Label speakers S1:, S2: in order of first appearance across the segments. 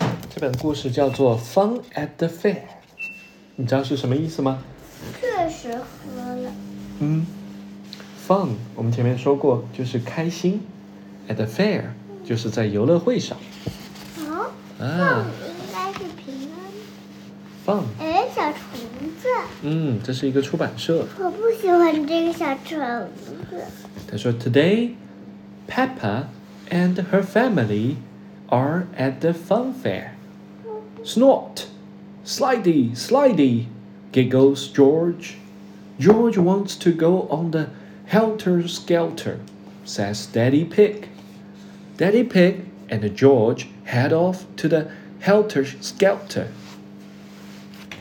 S1: 这本故事叫做《Fun at the Fair》，你知道是什么意思吗？
S2: 确实喝了。
S1: 嗯，fun 我们前面说过就是开心，at the fair 就是在游乐会上
S2: 哦，
S1: 啊
S2: 梦应该是平安。
S1: ，fun，
S2: 哎，小虫子，
S1: 嗯，这是一个出版社，
S2: 我不喜欢这个小虫子。
S1: 他说 Today Peppa and her family are at the fun fair. Snort, slidey, slidey, giggles George. George wants to go on the helter skelter, says Daddy Pig. Daddy Pig and George head off to the helter skelter.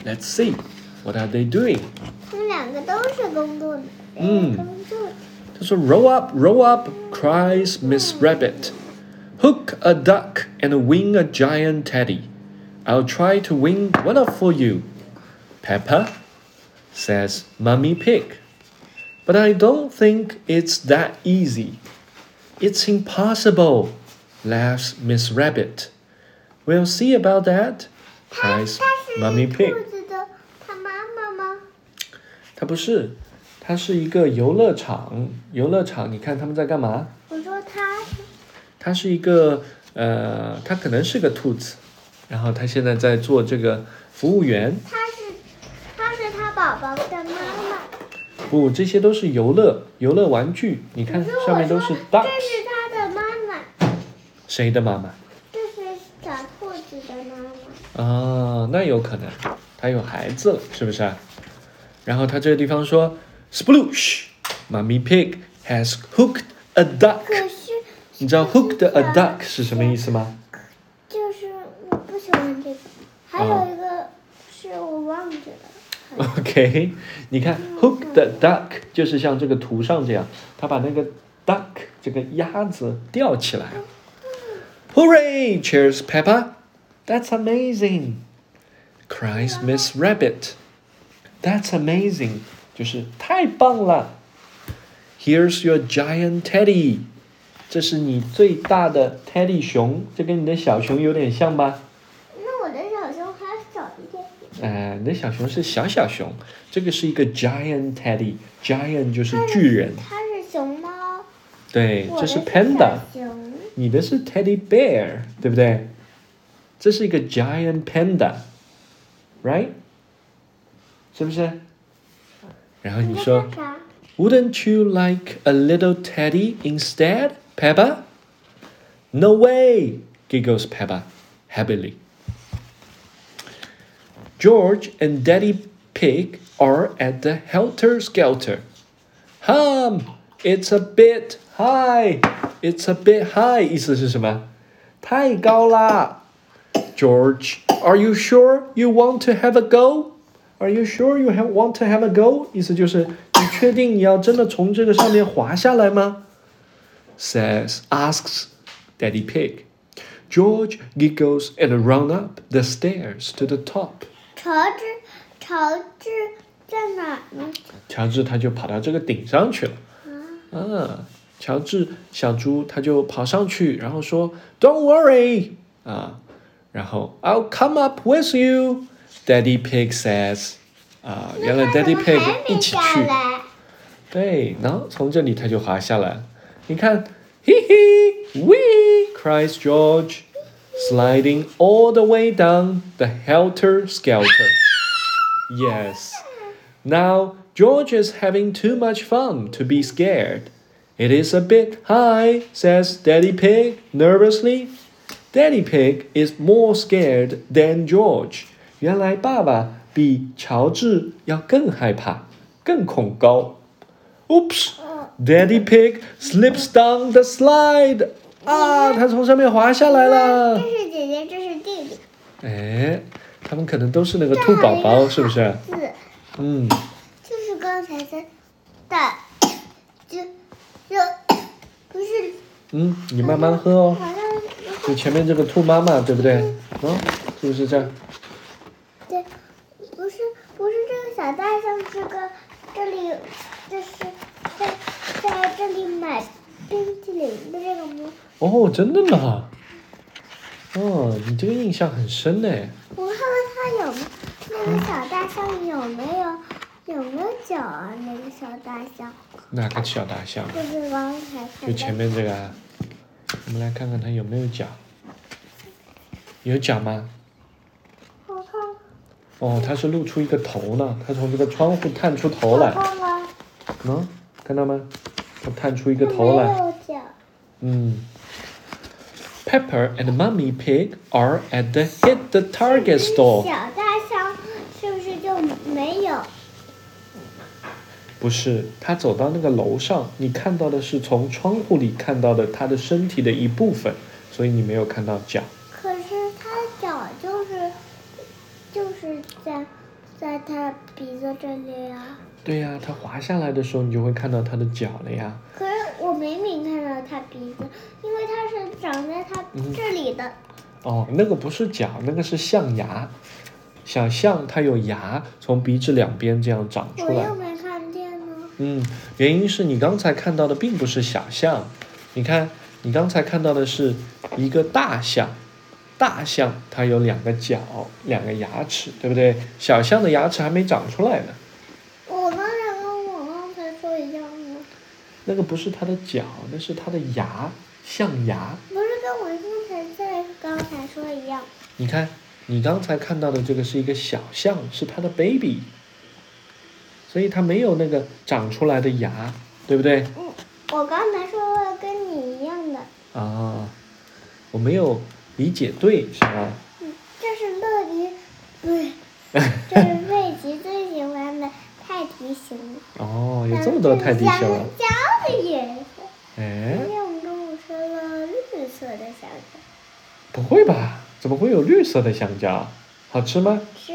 S1: Let's see, what are they doing?
S2: 他们两个都是公兔子，
S1: 嗯
S2: 公兔子，
S1: 他说 Roll up, roll up, cries Miss Rabbit. Hook a duck and wing a giant teddy. I'll try to wing one up for you. Peppa, says Mummy Pig. But I don't think it's that easy. It's impossible, laughs Miss Rabbit. We'll see about that,
S2: 它
S1: cries
S2: 它
S1: Mummy
S2: 是
S1: Pig.
S2: 兔子的它妈妈吗？
S1: 它不是，它是一个游乐场。游乐场，你看他们在干嘛？
S2: 我说它是
S1: 它是一个呃，它可能是个兔子，然后它现在在做这个服务员。
S2: 它是它是它宝宝的妈妈。
S1: 不，这些都是游乐游乐玩具，你
S2: 可
S1: 看
S2: 是我
S1: 上面都
S2: 说
S1: 是
S2: 这
S1: ducks，
S2: 是它的妈妈，
S1: 谁的妈妈？
S2: 这是小兔子的妈妈。
S1: 啊，那有可能，他有孩子了，是不是啊？然后他这个地方说，sploosh，mommy pig has hooked a duck。
S2: 可是
S1: 你知道 hooked a duck 是什么意
S2: 思？
S1: 思吗？
S2: 就是我不喜欢这个，还
S1: 啊
S2: 有一个是我忘记了。
S1: OK，你看 hook the duck 就是像这个图上这样，他把那个 duck 这个鸭子吊起来。Hooray! Cheers, Peppa. That's amazing. Cries Miss Rabbit. That's amazing. 就是太棒了。Here's your giant teddy. 这是你最大的 teddy 熊，这跟你的小熊有点像吧？
S2: 那我的小熊还要小一点点，
S1: 呃，那小熊是小小熊，这个是一个 giant teddy，giant 就是巨人，
S2: 它是熊猫，
S1: 对，
S2: 我
S1: 哎这
S2: 的
S1: 是
S2: 是
S1: panda，
S2: 小熊。
S1: 你的是 teddy bear，对不对？这是一个 giant panda，right？是不是？然后你说
S2: 在干啥？
S1: ，Wouldn't you like a little teddy instead, Peppa? No way, giggles Peppa happily. George and Daddy Pig are at the helter skelter. Hum, it's a bit high. It's a bit high. 意思是什么？太高啦。George, are you sure you want to have a go? Are you sure you have want to have a go? 意思就是你确定你要真的从这个上面滑下来吗？Says asks Daddy Pig. George giggles and run up the stairs to the top.
S2: 乔治，乔治在哪儿呢？
S1: 乔治他就跑到这个顶上去了。啊，乔治小猪他就跑上去，然后说 "Don't worry" 啊，然后 "I'll come up with you." Daddy Pig says 啊，原来 Daddy
S2: 那
S1: Pig
S2: 它怎
S1: 一
S2: 么
S1: 起
S2: 还
S1: 去。
S2: 没下来
S1: 对，然后从这里它就滑下来。你看，嘿嘿，we cries George, sliding all the way down the helter skelter. Yes. Now George is having too much fun to be scared. It is a bit high, says Daddy Pig nervously. Daddy Pig is more scared than George. 原来爸爸比乔治要更害怕，更恐高。Oops! Daddy Pig slips down the slide. Ah, 啊，他从上面滑下来
S2: 这
S1: 了。
S2: 是姐姐，这是弟弟。
S1: 哎，他们可能都是那个兔宝宝，是不是？
S2: 字
S1: 嗯，
S2: 就是刚才在的，就就不是。
S1: 嗯，你慢慢喝哦。
S2: 好像
S1: 就前面这个兔妈妈，对不对？嗯，是不是这样？
S2: 对，不是不是这个小袋像这个这里这是在在这里买冰淇淋的这个吗？
S1: 哦，真的呢。哦，你这个印象很深呢。
S2: 我看看它有那个小大象有没有有没有脚啊？那个小大象
S1: 哪个小大象？
S2: 就是刚才看
S1: 就前
S2: 的，
S1: 面这个啊。我们来看看它有没有脚。有脚吗？
S2: 我看
S1: 哦，它是露出一个头呢，它从这个窗户探出头
S2: 我
S1: 来。
S2: 看看，
S1: 喏、看到吗？它探出一个
S2: 它
S1: 头来。
S2: 没有脚，
S1: Mm. Pepper and Mummy Pig are at the hit the target
S2: 小
S1: store.
S2: 大象是不是就没有？
S1: 不是，他走到那个楼上，你看到的是从窗户里看到的他的身体的一部分，所以你没有看到脚。
S2: 可是它脚就是就是在在它鼻子这里啊。
S1: 对呀、它滑下来的时候，你就会看到它的脚了呀。
S2: 可是我明明看到它鼻子，因为它是长在它这里的。
S1: 哦，那个不是脚，那个是象牙。小象它有牙，从鼻子两边这样长嗯出
S2: 我
S1: 来
S2: 又。没看见呢。
S1: 嗯，原因是你刚才看到的并不是小象，你看，你刚才看到的是一个大象，大象它有两个角，两个牙齿，对不对？小象的牙齿还没长出来呢，
S2: 我刚才跟我刚才说一样吗？
S1: 那个不是它的脚，那是它的牙，象牙。
S2: 不是跟我刚才在刚才说一样。
S1: 你看，你刚才看到的这个是一个小象，是它的 baby，所以它没有那个长出来的牙，对不对？
S2: 嗯，我刚才说了跟你一样的。
S1: 啊，我没有理解对，是吧？
S2: 嗯，这是乐迪，对，这是佩奇最喜欢的泰迪熊。
S1: 哦，有这么多泰迪
S2: 香
S1: 熊，
S2: 蕉的颜色，
S1: 哎
S2: 昨，天我们中午吃了绿色的香蕉，
S1: 不会吧？怎么会有绿色的香蕉？好吃吗？
S2: 吃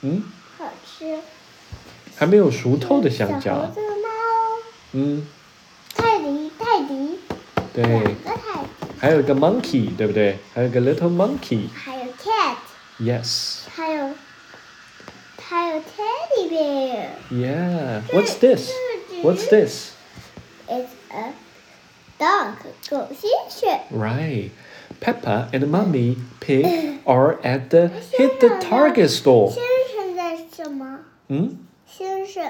S1: 嗯，
S2: 好吃。
S1: 还没有熟透的香
S2: 小猴
S1: 蕉。
S2: 子猫，
S1: 嗯，
S2: 泰迪，泰迪，两
S1: 对，
S2: 个泰迪，
S1: 还有一个 monkey，对不对？还有一个 little monkey。
S2: 还有 cat，
S1: Yes,
S2: 还有还有 teddy bear。
S1: yeah. What's this? What's this?
S2: It's a dog，狗先生。
S1: Right. Peppa and Mummy Pig are at the hit the target store.
S2: 先生在什么？
S1: 嗯
S2: 先生。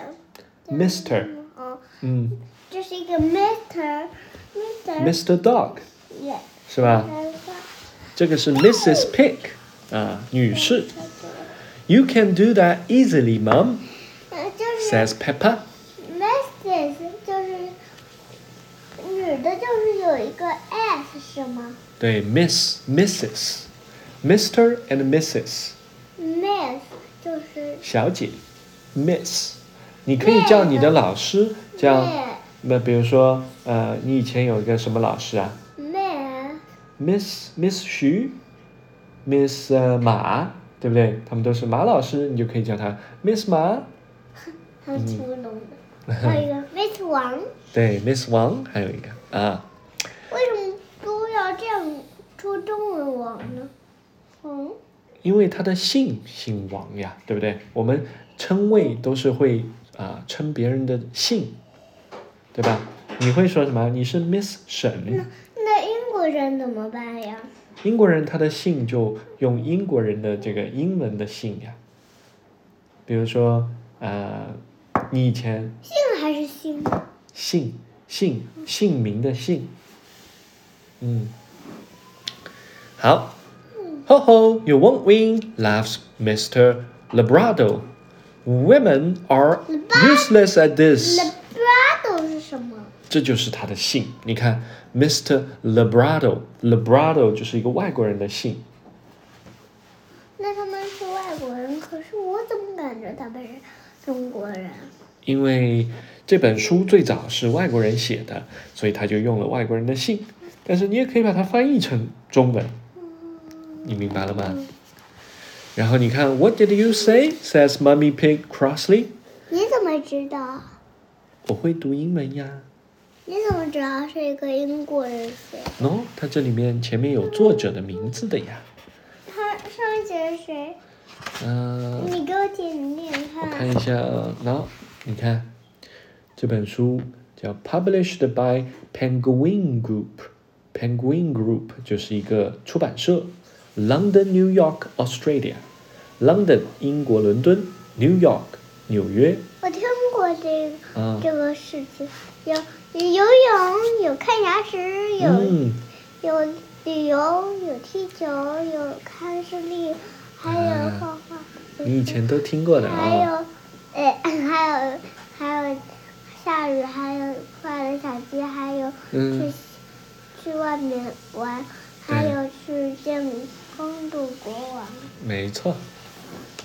S1: Mister
S2: 哦，
S1: 嗯
S2: 这是一个 Mister。Mister。
S1: ，Mr. Dog
S2: 也。
S1: 是吧？这个是 Mrs. Pig 啊，女士。You can do that easily, Mum,
S2: 呃，就是
S1: says Peppa.
S2: Mrs 就是女的，就是有一个 s 是吗
S1: 对，Miss, Mrs, Mr. and Mrs.
S2: ？Miss 就是
S1: 小姐，Miss，你可以叫你的老师叫
S2: Miss
S1: 那，比如说呃，你以前有一个什么老师啊
S2: Miss
S1: ？Miss Miss Xu, Miss 呃马，对不对？他们都是马老师，你就可以叫他 Miss 马。
S2: 还有屠龙的，还有一个 Miss 王，
S1: 对，Miss 王还有一个啊，
S2: 为什么都要这样出中文王呢？嗯，
S1: 因为他的姓姓王呀，对不对？我们称谓都是会啊、称别人的姓，对吧？你会说什么？你是 Miss 沈，
S2: 那英国人怎么办呀？
S1: 英国人他的姓就用英国人的这个英文的姓呀。比如说，呃，你以前
S2: 姓还是姓？
S1: 姓姓姓名的姓，嗯，好，Ho ho, you won't win, laughs Mr. Labrado. Women are useless at this.
S2: Labrador 是什么？
S1: 这就是他的姓。你看，Mr. Labrado，Labrado 就是一个外国人的姓。
S2: 那他们是外国人，可是我怎么感觉他们是中国人？
S1: 因为这本书最早是外国人写的，所以他就用了外国人的姓。但是你也可以把它翻译成中文，你明白了吗？然后你看，What did you say? says Mummy Pig crossly。
S2: 你怎么知道？
S1: 我会读英文呀。
S2: 你怎么知道是一个英国人写？
S1: 喏、它这里面前面有作者的名字的呀。
S2: 他上一节是谁？
S1: 嗯、
S2: 你给我点点
S1: 我
S2: 看。
S1: 看一下，呃喏、你看这本书叫 Published by Penguin Group。Penguin Group 就是一个出版社， London, New York, Australia. London 英国伦敦，New York 纽约
S2: 我听过这个、
S1: 啊，
S2: 这个事情，有有游泳，有看牙石，有、
S1: 嗯，
S2: 有旅游，有踢球，有看视力，还有
S1: 啊
S2: 画画。
S1: 你以前都听过的
S2: 还
S1: 啊、
S2: 有，哎， 还有还有下雨，还有快乐小鸡，还有去、
S1: 嗯
S2: 去外面玩，还有去见公主国王。
S1: 没错。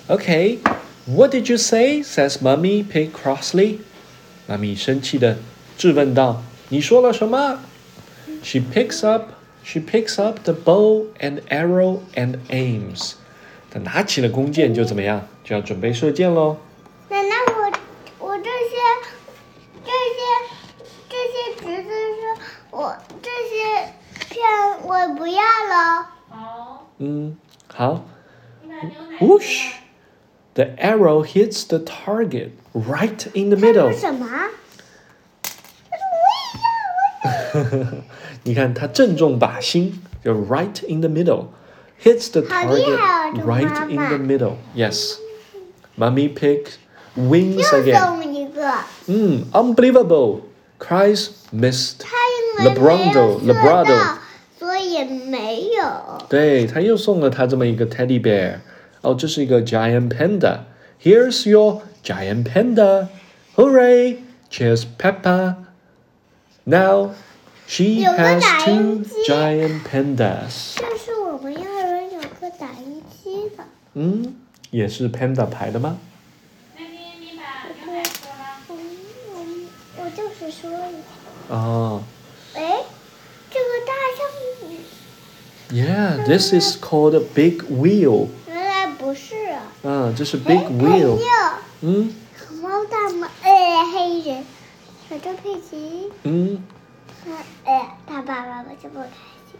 S1: Okay, what did you say? says Mummy Pig crossly. 妈咪生气的质问道：“你说了什么？”She picks up, she picks up the bow and arrow and aims. 她拿起了弓箭，就怎么样？就要准备射箭喽。
S2: 奶奶，我我这些这些这些侄子是我这些片我不要了。
S3: 好，
S1: 嗯，好。
S3: 买牛奶。
S1: Whoosh! The arrow hits the target right in the
S2: 这
S1: middle.
S2: 是什么？这是我也要，我也要。
S1: 你看它正中靶心，就 right in the middle, hits the
S2: 好厉
S1: target
S2: 害哦这个
S1: right
S2: 妈
S1: in
S2: 妈
S1: the middle. Yes, mummy pig wins
S2: 又
S1: again.
S2: 送一个，
S1: 嗯，unbelievable! Cries missed.
S2: 他因为没有
S1: Lebrando- Lebrado
S2: 射到，所以没有。
S1: 对，他又送了他这么一个 teddy bear。哦，这是一个 giant panda。Here's your giant panda. Hooray! Cheers, Peppa. Now she
S2: 有个
S1: has
S2: 打印
S1: two
S2: 机
S1: giant pandas.
S2: 这是我们幼儿园有个打印机的，
S1: 嗯，也是 panda 牌的吗？
S3: 那你你把牛奶喝了。
S2: 我我我就是说一下，
S1: 哦、
S2: 哎，这个大象
S1: y e a h this is called a big wheel.
S2: 原来不是啊，
S1: 啊，这是
S2: 哎
S1: big
S2: 朋
S1: wheel
S2: 友。，
S1: 嗯
S2: 猫大妈，哎，黑人，小猪佩奇，
S1: 嗯
S2: 哎，他爸爸我就不开心。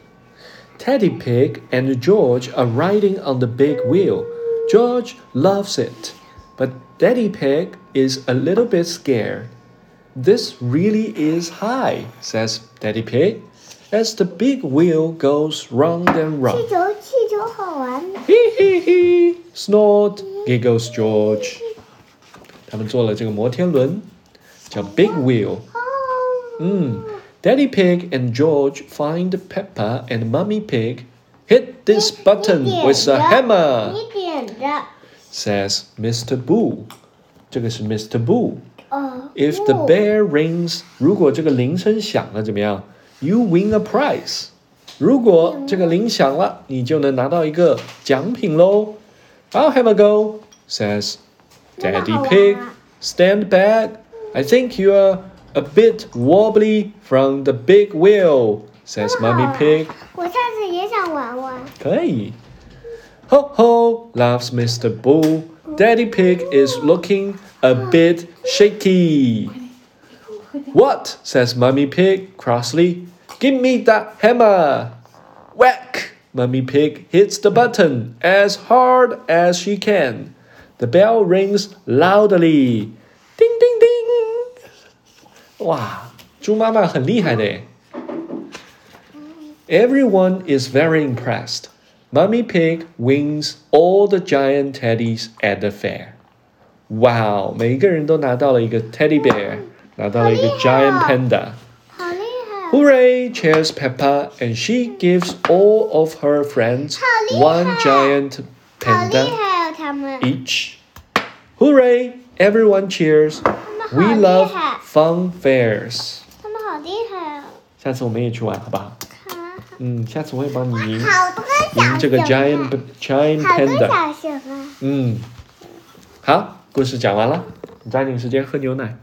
S1: Teddy Pig and George are riding on the big wheel. George loves it, but Daddy Pig is a little bit scared. This really is high, says Daddy Pig, as the big wheel goes round and
S2: 气
S1: round.
S2: 球，气球好玩吗？
S1: Hee hee hee! Snort, giggles George. 他们坐了这个摩天轮，叫 Big Wheel。
S2: 哦，
S1: Mm. Daddy Pig and George find Peppa and Mummy Pig. Hit this button with a hammer,
S2: 你点着，
S1: says Mr. Boo. 这个是 Mr. Boo.
S2: 哦。
S1: If the
S2: 不
S1: bell rings，如果这个铃声响了，怎么样？You win a prize。如果这个铃响了，你就能拿到一个奖品喽。I'll have a go, says
S2: 那么
S1: Daddy
S2: 好玩
S1: Pig.
S2: 啊
S1: Stand back. I think you are a bit wobbly from the big wheel, says
S2: 那么
S1: Mummy
S2: 好玩
S1: Pig.
S2: 我下次也想玩玩。
S1: 可以。Ho ho laughs Mr. Bull. Daddy Pig is looking a bit shaky. What? says Mummy Pig crossly. Give me that hammer. Whack! Mummy Pig hits the button as hard as she can. The bell rings loudly. Ding ding ding. 哇，猪妈妈很厉害的。Everyone is very impressed. Mummy Pig wins all the giant teddies at the fair. Wow，每一个人都拿到了一个 teddy bear，拿到了一个
S2: 好厉
S1: giant
S2: 害
S1: panda。
S2: 好厉害哦！
S1: Hooray! Cheers, Peppa, and she gives all of her friends
S2: 好厉害！
S1: one giant
S2: 好厉
S1: panda
S2: 害哦，他们。
S1: each. Hooray! Everyone cheers.
S2: 他
S1: We
S2: 们
S1: love
S2: 好厉害，
S1: fun fairs.
S2: 他们好厉害哦！
S1: 下次我们也去玩，好不好？
S2: 看，啊
S1: 嗯，下次我也帮你赢
S2: 好多小熊啊
S1: 赢这个 giant giant
S2: 好多
S1: panda。
S2: 小熊啊！
S1: 嗯，好，故事讲完了，你抓紧时间喝牛奶。